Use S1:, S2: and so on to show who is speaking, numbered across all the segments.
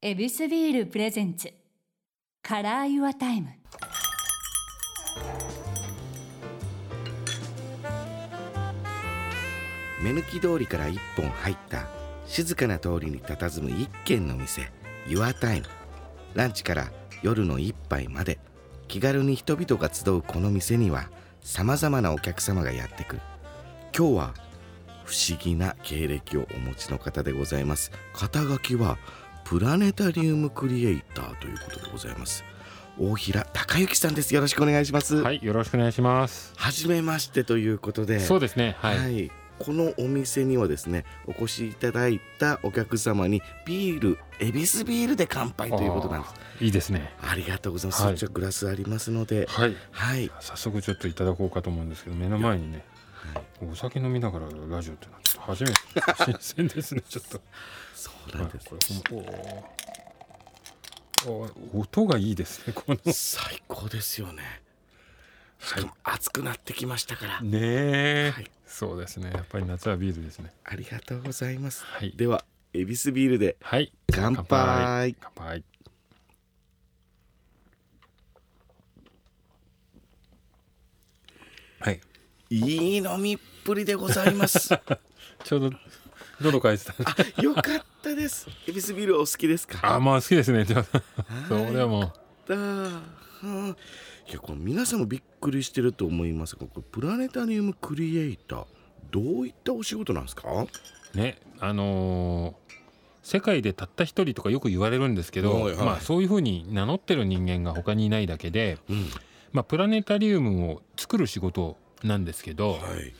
S1: エビスビールプレゼンツカラーユアタイム
S2: 目抜き通りから一本入った静かな通りに佇む一軒の店 YourTime ランチから夜の一杯まで気軽に人々が集うこの店にはさまざまなお客様がやってくる今日は不思議な経歴をお持ちの方でございます肩書きはプラネタリウムクリエイターということでございます大平隆之さんですよろしくお願いしますは
S3: はい、よろしくお願いします。
S2: じめましてということで
S3: そうですね、はい、
S2: はい、このお店にはですねお越しいただいたお客様にビールエビスビールで乾杯ということなんです
S3: いいですね。
S2: ありがとうございます、
S3: はい
S2: そっちはグラスありますので
S3: はい、
S2: はい
S3: 早速ちょっといただこうかと思うんですけど、目の前にね。お酒飲みながらラジオってのはちょっと初めて 新鮮ですねちょっと、
S2: そうなんです、
S3: はいこれおーおー音がいいですねこの
S2: 最高ですよねし
S3: い
S2: かも暑くなってきましたから、
S3: ねえ、
S2: はい
S3: そうですねやっぱり夏はビールですね
S2: ありがとうございます、
S3: はい
S2: ではエビスビールで
S3: はい
S2: 乾杯
S3: 乾杯はい
S2: いい飲みっぷりでございます
S3: ちょうど喉かいてた
S2: よかったですエビスビールお好きですか
S3: あ、まあ好きですね。ちょっとそれはもう。
S2: だうんいやこれ皆さんもびっくりしてると思いますがこれプラネタリウムクリエイターどういったお仕事なんですか
S3: ね、あのー世界でたった一人とかよく言われるんですけど、
S2: はいはい
S3: まあ、そういうふうに名乗ってる人間が他にいないだけで、
S2: うん
S3: まあ、プラネタリウムを作る仕事なんですけど、
S2: はい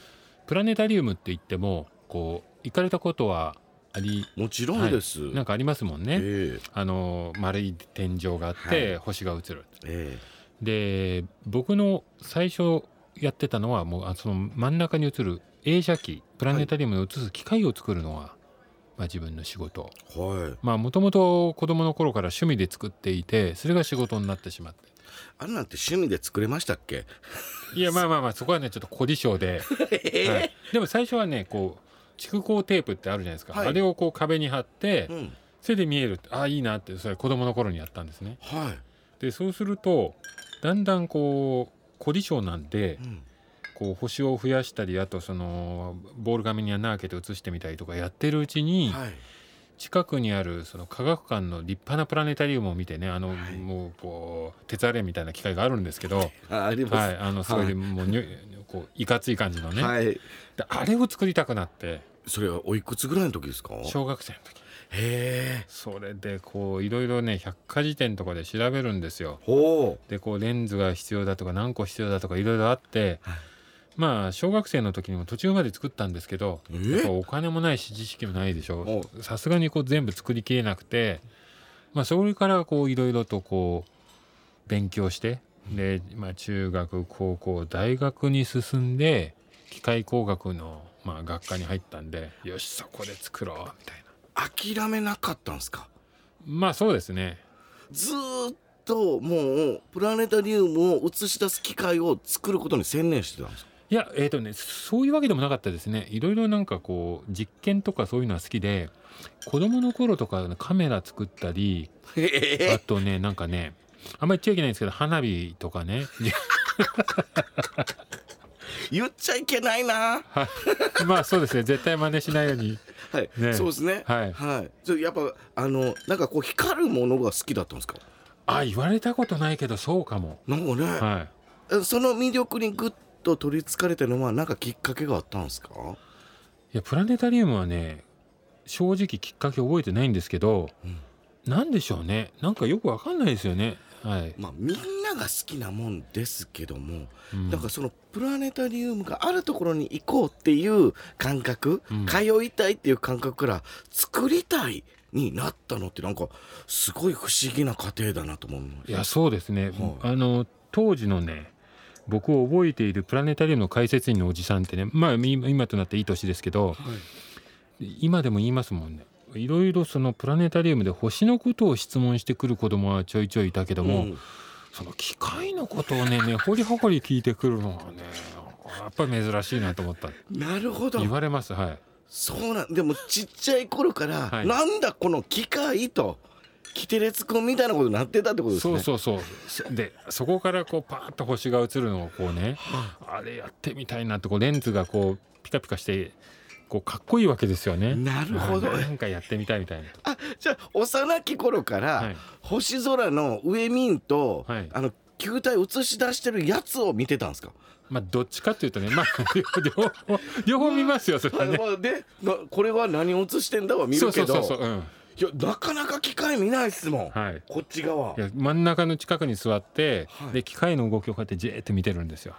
S3: プラネタリウムって言ってもこう行かれたことはあり
S2: もちろんです、
S3: なんかありますもんね。
S2: え
S3: あのー丸い天井があって、
S2: は
S3: 星が映る
S2: ええ
S3: で僕の最初やってたのはもうあその真ん中に映る映写機プラネタリウムに映す機械を作るのが、まあ、自分の仕事
S2: えはい
S3: まあもともと子供の頃から趣味で作っていてそれが仕事になってしまって
S2: あれなんて趣味で作れましたっけ
S3: いやまあまあまあそこはねちょっと凝り 性で、はい、でも最初はねこう蓄光テープってあるじゃないですか、
S2: はい
S3: あれをこう壁に貼って
S2: うん
S3: それで見えるってああいいなってそれ子供の頃にやったんですね
S2: は
S3: でそうするとだんだんこう凝り性なんで
S2: い、うん、
S3: こう星を増やしたりあとそのボール紙に穴開けて写してみたりとかやってるうちに、
S2: はい
S3: 近くにあるその科学館の立派なプラネタリウムを見てねあの、
S2: はい
S3: もうこう鉄アレイみたいな機械があるんです けど、
S2: あありま
S3: は
S2: す
S3: い、あのすご
S2: はい
S3: いもうにゅこういかつい感じのね、
S2: はい、
S3: であれを作りたくなって
S2: それはおいくつぐらいの時ですかへ
S3: 小学生の時
S2: え
S3: それでこういろいろね百科事典とかで調べるんですよ。
S2: ほ
S3: でこうレンズが必要だとか何個必要だとかいろいろあって、
S2: はい
S3: まあ小学生の時にも途中まで作ったんですけど
S2: え
S3: やっぱお金もないし知識もないでしょ
S2: お
S3: さすがにこう全部作りきれなくて、まあ、それからこういろいろとこう勉強してで、まあ、中学高校大学に進んで機械工学のまあ学科に入ったんでよしそこで作ろうみたいな
S2: う諦めなかったんですか
S3: まあそうですね
S2: ずーっともうプラネタリウムを映し出す機械を作ることに専念してたんですか
S3: いや、えーとね、そういうわけでもなかったですねいろいろなんかこう実験とかそういうのは好きで子供の頃とかカメラ作ったりあ
S2: え
S3: とねなんかねあんまり言っちゃいけないんですけど花火とかね
S2: 言っちゃいけないな。
S3: まあそうですね絶対真似しないように
S2: はい、
S3: ね
S2: そうですね。
S3: はい
S2: ちょっとやっぱあのなんかこう光るものが好きだったんですか。
S3: あ言われたことないけどそうかも
S2: なんかね、
S3: は
S2: その魅力にぐっと取りつかれたのはなんかきっかけがあったんですか。
S3: いいやプラネタリウムはね正直きっかけ覚えてないんですけど、
S2: うん
S3: なんでしょうねなんかよくわかんないですよねはい、
S2: まあみんなが好きなもんですけども、
S3: うん
S2: だからそのプラネタリウムがあるところに行こうっていう感覚、
S3: うん
S2: 通いたいっていう感覚から作りたいになったのってなんかすごい不思議な過程だなと思うの。
S3: いやそうですね、
S2: はい
S3: あの当時のね僕を覚えているプラネタリウムの解説員のおじさんってねまあ今今となっていい年ですけど
S2: はい
S3: 今でも言いますもんねいろいろそのプラネタリウムで星のことを質問してくる子供はちょいちょいいたけども、
S2: うん
S3: その機械のことをねねほりはほり聞いてくるのはねやっぱり珍しいなと思った
S2: なるほど。
S3: 言われますはい
S2: そうなんでもちっちゃい頃から、
S3: はい
S2: なんだこの機械と聞キテレツくんみたいなことになってたってことです
S3: そ
S2: ね
S3: うそうそうそでそこからこうパーッと星が映るのをこうねあれやってみたいなってこうレンズがこうピカピカしてこうかっこいいわけですよね
S2: なるほど
S3: あなんかやってみたいみたいな
S2: あじゃあ幼き頃から、
S3: はい
S2: 星空の上ンと、
S3: はい
S2: あの球体映し出してるやつを見てたんですか、
S3: まあどっちかっていうとねまあ両方両方見ますよそれはね
S2: あでなこれは何映してんだは見
S3: そ
S2: る
S3: う
S2: け
S3: そう
S2: ど
S3: そうそううん
S2: いやなかなか機械見ないっすもん、
S3: はい
S2: こっち側
S3: いや真ん中の近くに座って、
S2: はい
S3: で機械の動きをこうやってじーって見てるんですよ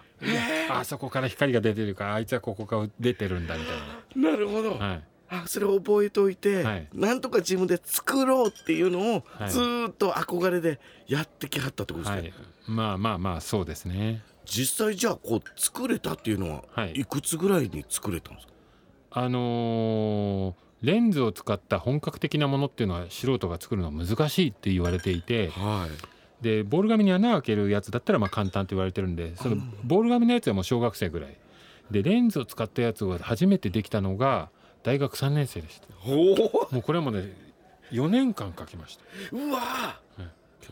S3: あそこから光が出てるからあいつはここから出てるんだみたい
S2: なるほど、
S3: な、はい、
S2: あそれを覚えておいて、
S3: はい
S2: なんとか自分で作ろうっていうのを
S3: はい
S2: ずーっと憧れでやってきはったってことですね、
S3: はい、まあまあまあそうですね
S2: 実際じゃあこう作れたっていうのは
S3: はい
S2: いくつぐらいに作れたんですか、
S3: あのーレンズを使った本格的なものっていうのは素人が作るのは難しいって言われていて
S2: はい
S3: でボール紙に穴を開けるやつだったらまあ簡単って言われてるんでそのボール紙のやつはもう小学生ぐらいでレンズを使ったやつを初めてできたのが大学3年生でした
S2: お
S3: もうこれはもうね4年間かけました
S2: うわ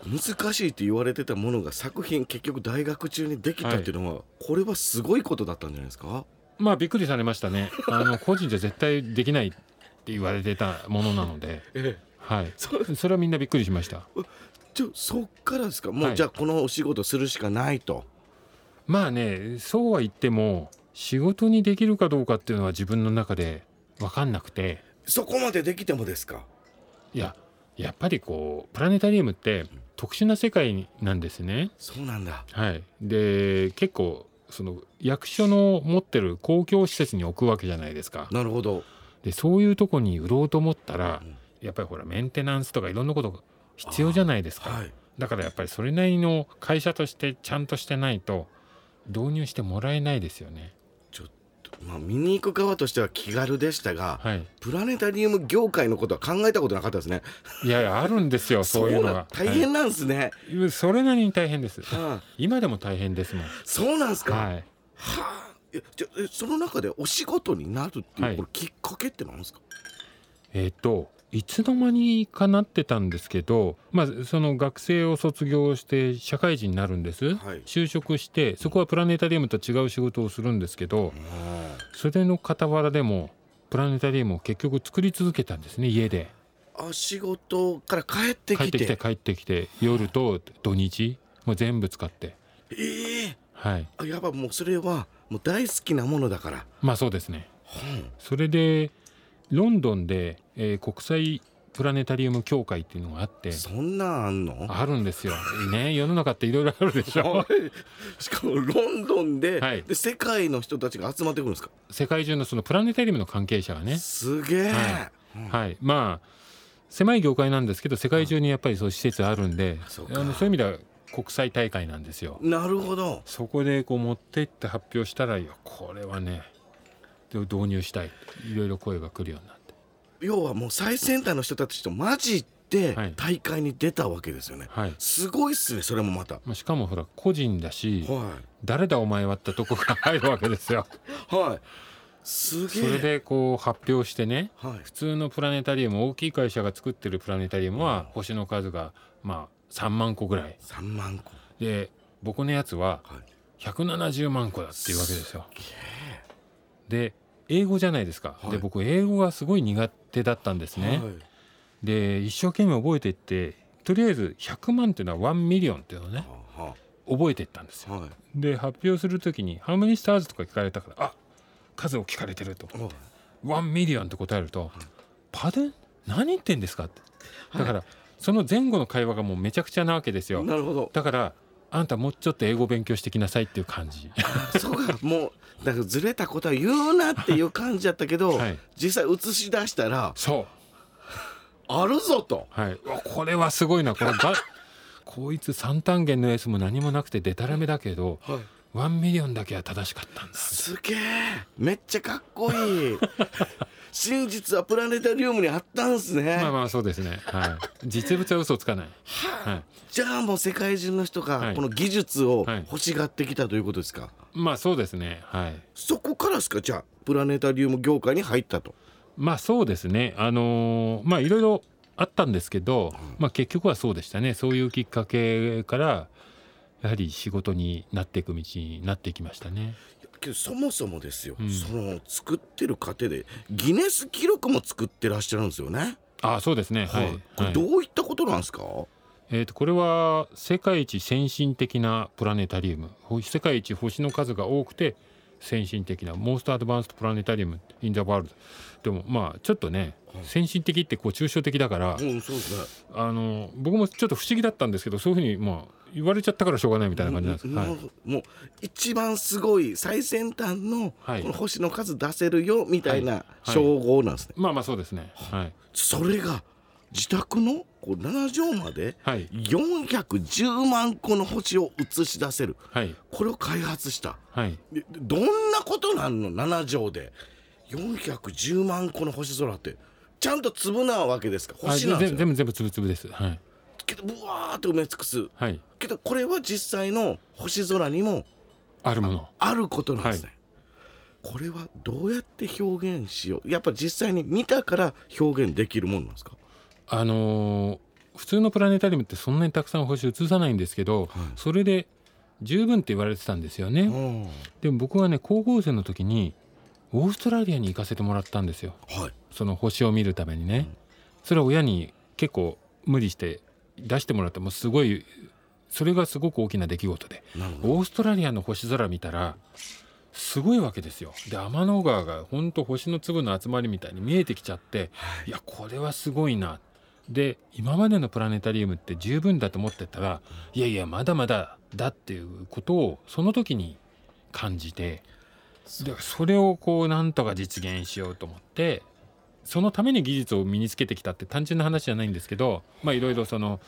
S2: ー難しいって言われてたものが作品結局大学中にできたっていうのは、これはすごいことだったんじゃないですか
S3: まあびっくりされましたねあの個人じゃ絶対できないって言われてたものなので
S2: ええ
S3: はい
S2: そ
S3: それはみんなびっくりしました
S2: じゃあそっからですかもう、
S3: はい
S2: じゃあこのお仕事するしかないと
S3: まあねそうは言っても仕事にできるかどうかっていうのは自分の中で分かんなくて
S2: そこまでできてもですか
S3: いややっぱりこうプラネタリウムって特殊な世界なんですね。
S2: そうなんだ
S3: はい、で結構その役所の持ってる公共施設に置くわけじゃないですか。
S2: なるほど
S3: でそういうとこに売ろうと思ったら
S2: うん
S3: やっぱりほらメンテナンスとかいろんなことが必要じゃないですか。
S2: はい
S3: だからやっぱりそれなりの会社としてちゃんとしてないと導入してもらえないですよね。
S2: まあ見に行く側としては気軽でしたが、
S3: はい。
S2: プラネタリウム業界のことは考えたことなかったですね
S3: いやいやあるんで すよそういうの
S2: な
S3: が
S2: ん大変なんですね、
S3: はいそれなりに大変です
S2: はあ
S3: 今でも大 変ですもん
S2: そうなんですか、は
S3: はい
S2: あえじゃえその中でお仕事になるっていう、
S3: はい
S2: これきっかけってなんですか
S3: えっ、といつの間にかなってたんですけどまあその学生を卒業して社会人になるんです、
S2: はい
S3: 就職してそこはプラネタリウムと違う仕事をするんですけどそれの傍らでもプラネタリウムを結局作り続けたんですね家で
S2: あ仕事から帰って
S3: 帰っ
S2: きて
S3: てきて帰ってきて夜と土日もう全部使って
S2: ええ
S3: はい
S2: あやばもうそれはもう大好きなものだから、
S3: まあそうですね
S2: うん
S3: それでロンドンで、えー国際プラネタリウム協会っていうのがあって
S2: そんなんあんの
S3: あるんですよ。ね世の中っていろいろあるでしょ。
S2: しかもロンドンで,、
S3: はい
S2: で世界の人たちが集まってくるんですか、
S3: 世界中のそのプラネタリウムの関係者がね、
S2: すげえ、
S3: は
S2: うん
S3: はいまあ狭い業界なんですけど世界中にやっぱりそういう施設あるんで、
S2: そう
S3: あ
S2: か
S3: のそういう意味では国際大会なんですよ。
S2: なるほど
S3: そこでこう持って行って発表したらいやこれはねで導入したいいろいろ声が来るようになって
S2: 要はもう最先端の人たちと混じって
S3: はい
S2: 大会に出たわけですよね、
S3: はい。
S2: すごいっすねそれもまたは
S3: まあしかもほら個人だし
S2: い
S3: 誰だお前はってとこが入るわけですよ。
S2: はいす
S3: そ
S2: げえ
S3: れでこう発表してね
S2: はい
S3: 普通のプラネタリウム大きい会社が作ってるプラネタリウムは星の数がまあ3万個ぐらい
S2: 3万個
S3: で僕のやつは
S2: はい
S3: 170万個だっていうわけですよ。で英語じゃないですか、
S2: はい
S3: で僕英語がすごい苦手だったんですね。
S2: はい
S3: で一生懸命覚えていってとりあえず100万っていうのは1ミリオンっていうのをね
S2: は
S3: 覚えていったんです
S2: あ
S3: よ。
S2: はあはい
S3: で発表する時に「ハーモニスターズ」とか聞かれたから「あ数を聞かれてる」と
S2: おう
S3: ワンミリオンって答えると「パデン何言ってんですか?」ってだからその前後の会話がもうめちゃくちゃなわけですよ
S2: なるほど
S3: だからあんたもうちょっと英語勉強してきなさいっていう感じ
S2: そうかもうなんかずれたことは言うなっていう感じだったけど、
S3: はい
S2: 実際映し出したら
S3: そう
S2: あるぞと
S3: はい、うわこれはすごいなこれが こいつ三単元の S も何もなくてデタラメだけど
S2: はい
S3: ワンミリオンだけは正しかったんだ
S2: すげえめっちゃかっこ いい真実はプラネタリウムにあったんすね、
S3: まあまあそうですね、はい、実物は嘘をつかない、はい、
S2: じゃあもう世界中の人
S3: は
S2: が
S3: い
S2: この技術を
S3: はい
S2: 欲しがってきたということですか、
S3: まあそうですねはい
S2: そこからですかじゃあプラネタリウム業界に入ったと
S3: まあそうですねあのーまあいろいろあったんですけど、まあ、結局はそうでしたねそういうきっかけからやはり仕事になっていく道になっていきましたね。
S2: けどそもそもですよ、
S3: うん
S2: その作ってる過程でギネス記録も作ってらっしゃるんですよね。
S3: あそうですね、はい
S2: こ
S3: は
S2: れ
S3: い
S2: どういったことなんですか、
S3: えー、とこれは世界一先進的なプラネタリウムほ世界一星の数が多くて先進的なモーストアドバンストプラネタリウムインザワールドでもまあちょっとね先進的ってこう抽象的だから
S2: うん、そうですね。
S3: あの僕もちょっと不思議だったんですけどそういうふうにまあ言われちゃったからしょうがないみたいな感じなんです
S2: うん
S3: けど、はい
S2: るほどもう一番すごい最先端のこ
S3: はい
S2: の星の数出せるよみたい
S3: は
S2: ない称号なんですね。
S3: まあまあそうですねはい、
S2: それが自宅のこう7畳まで
S3: はい
S2: 410万個の星を映し出せる
S3: はい
S2: これを開発した
S3: はい、
S2: でどんなことなんの7畳で410万個の星空ってちゃんと粒なわけですか
S3: あ
S2: 星なんで
S3: 全
S2: すよ
S3: 部全部全部つぶつぶですはい
S2: けどぶわーって埋め尽くす
S3: はい
S2: けどこれは実際の星空にも
S3: あるもの
S2: あることなんですね、これはどうやって表現しようやっぱ実際に見たから表現できるものなんですか、
S3: あのー普通のプラネタリウムってそんなにたくさん星映さないんですけど、それで十分って言われてたんですよね、
S2: うん
S3: でも僕はね高校生の時にオーストラリアに行かせてもらったんですよ
S2: はい
S3: その星を見るためにね、それは親に結構無理して出してもらってもうすごいそれがすごく大きな出来事で
S2: なるほど
S3: オーストラリアの星空見たらすごいわけですよで天の川がほんと星の粒の集まりみたいに見えてきちゃっていやこれはすごいなで今までのプラネタリウムって十分だと思ってたらいやいやまだまだだっていうことをその時に感じてでそれをこうなんとか実現しようと思ってそのために技術を身につけてきたって単純な話じゃないんですけどまあいろいろその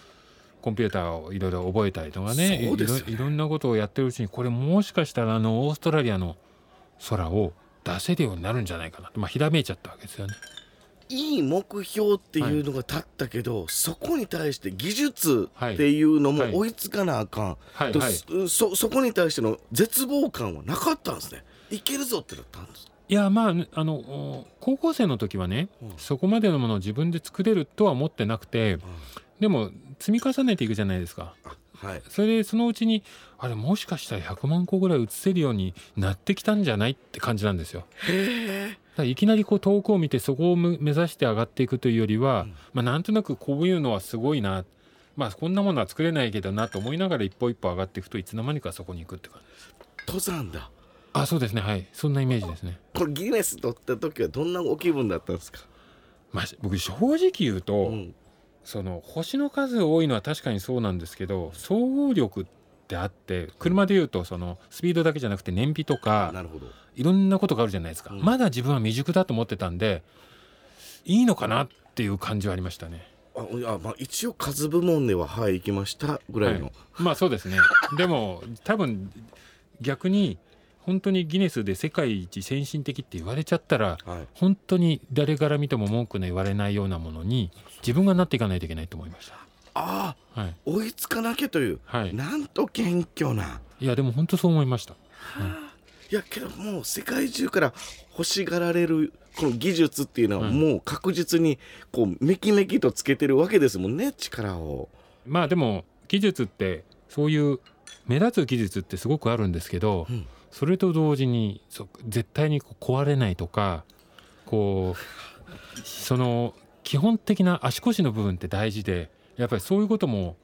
S3: コンピューターをいろいろ覚えたりとかね
S2: そうですよね
S3: いろいろんなことをやってるうちにこれもしかしたらあのオーストラリアの空を出せるようになるんじゃないかなと、まあ、ひらめいちゃったわけですよね。
S2: いい目標っていうのが立ったけど、そこに対して技術っていうの
S3: はい
S2: も追いつかなあかん、
S3: はい
S2: と
S3: はい、
S2: そそこに対しての絶望感はなかったんですねいけるぞってなったんです
S3: いやまああのお高校生の時はね、
S2: うん
S3: そこまでのものを自分で作れるとは思ってなくて、でも積み重ねていくじゃないですか。
S2: はい
S3: それでそのうちにあれもしかしたら100万個ぐらい映せるようになってきたんじゃないって感じなんですよ。だからいきなりこう遠くを見てそこをむ目指して上がっていくというよりは、まあ、なんとなくこういうのはすごいな、まあ、こんなものは作れないけどなと思いながら一歩一歩上がっていくといつの間にかそこに行くって感じです。
S2: 登山だ
S3: あそうですねはいそんなイメージですね。
S2: これギネス取った時はどんなお気分だったんですか、
S3: まあ、僕正直言うと、
S2: うん
S3: その星の数多いのは確かにそうなんですけど総合力ってあって車で言うとそのスピードだけじゃなくて燃費と
S2: な
S3: か
S2: るほど
S3: いろんなことがあるじゃないですか、
S2: うん
S3: まだ自分は未熟だと思ってたんでいいのかなっていう感じはありましたね。
S2: あいやまあ一応数部門でははい行きましたぐらいの、
S3: はいまあそうですねでも多分逆に本当にギネスで世界一先進的って言われちゃったら
S2: はい
S3: 本当に誰から見ても文句の言われないようなものに自分がなっていかないといけないと思いまし
S2: ああ
S3: た。はい、
S2: 追いつかなきゃという、
S3: はい、
S2: なんと謙虚ない
S3: やでも本当そう思いました。
S2: いやけどもう世界中から欲しがられるこの技術っていうのは
S3: うん
S2: もう確実にこうめきめきとつけてるわけですもんね力を。
S3: まあでも技術ってそういう目立つ技術ってすごくあるんですけど、
S2: うん
S3: それと同時にそ絶対にこう壊れないとかこうその基本的な足腰の部分って大事でやっぱりそういうことも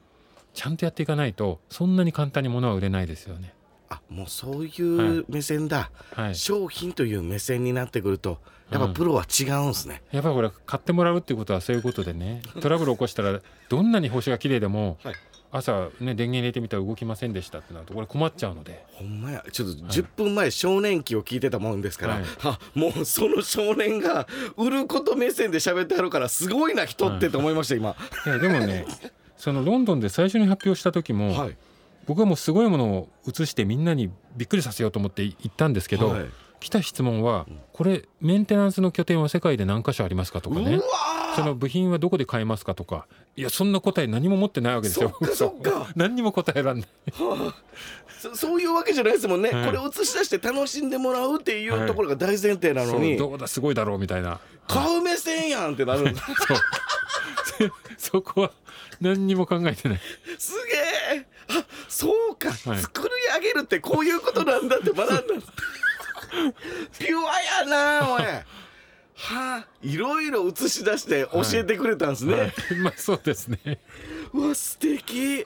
S3: ちゃんとやっていかないとそんなに簡単に物は売れないですよね。
S2: あもうそういう目線だ、
S3: はい、
S2: 商品という目線になってくるとやっぱ
S3: うん
S2: プロは違うんですね。
S3: やっぱりこれ買ってもらうっていうことはそういうこと でねトラブル起こしたらどんなに星が綺麗でも
S2: はい
S3: 朝、ね、電源入れてみたら動きませんでしたってなるとこれ困っちゃうので。
S2: ほんまやちょっと10分前少年期を聞いてたもんですから、
S3: はい
S2: あもうその少年が売ること目線で喋ってあるからすごいな人ってと思いました今。
S3: いやでも ねそのロンドンで最初に発表した時も、
S2: はい
S3: 僕はもうすごいものを映してみんなにびっくりさせようと思って行ったんですけど、
S2: はい
S3: 来た質問は「これメンテナンスの拠点は世界で何箇所ありますか?」とか
S2: う
S3: ね
S2: わー
S3: その部品はどこで買えますかとかいやそんな答え何も持ってないわけですよ
S2: そっかそ っか
S3: 何にも答えらんない
S2: そそういうわけじゃないですもんね、
S3: はい
S2: これを映し出して楽しんでもらうってい
S3: は
S2: う
S3: い
S2: ところが大前提なの
S3: そう
S2: に、
S3: どうだすごいだろうみたいな
S2: 買う目線やんってなるんだ
S3: そうそ こは何にも考えてない
S2: すげえあそうか、
S3: はい
S2: 作り上げるってこういうことなんだって学ん だピュアやなおいはあいろい ろ映し出して教えてくれたんですね、
S3: はいまあそうですね
S2: うわ素敵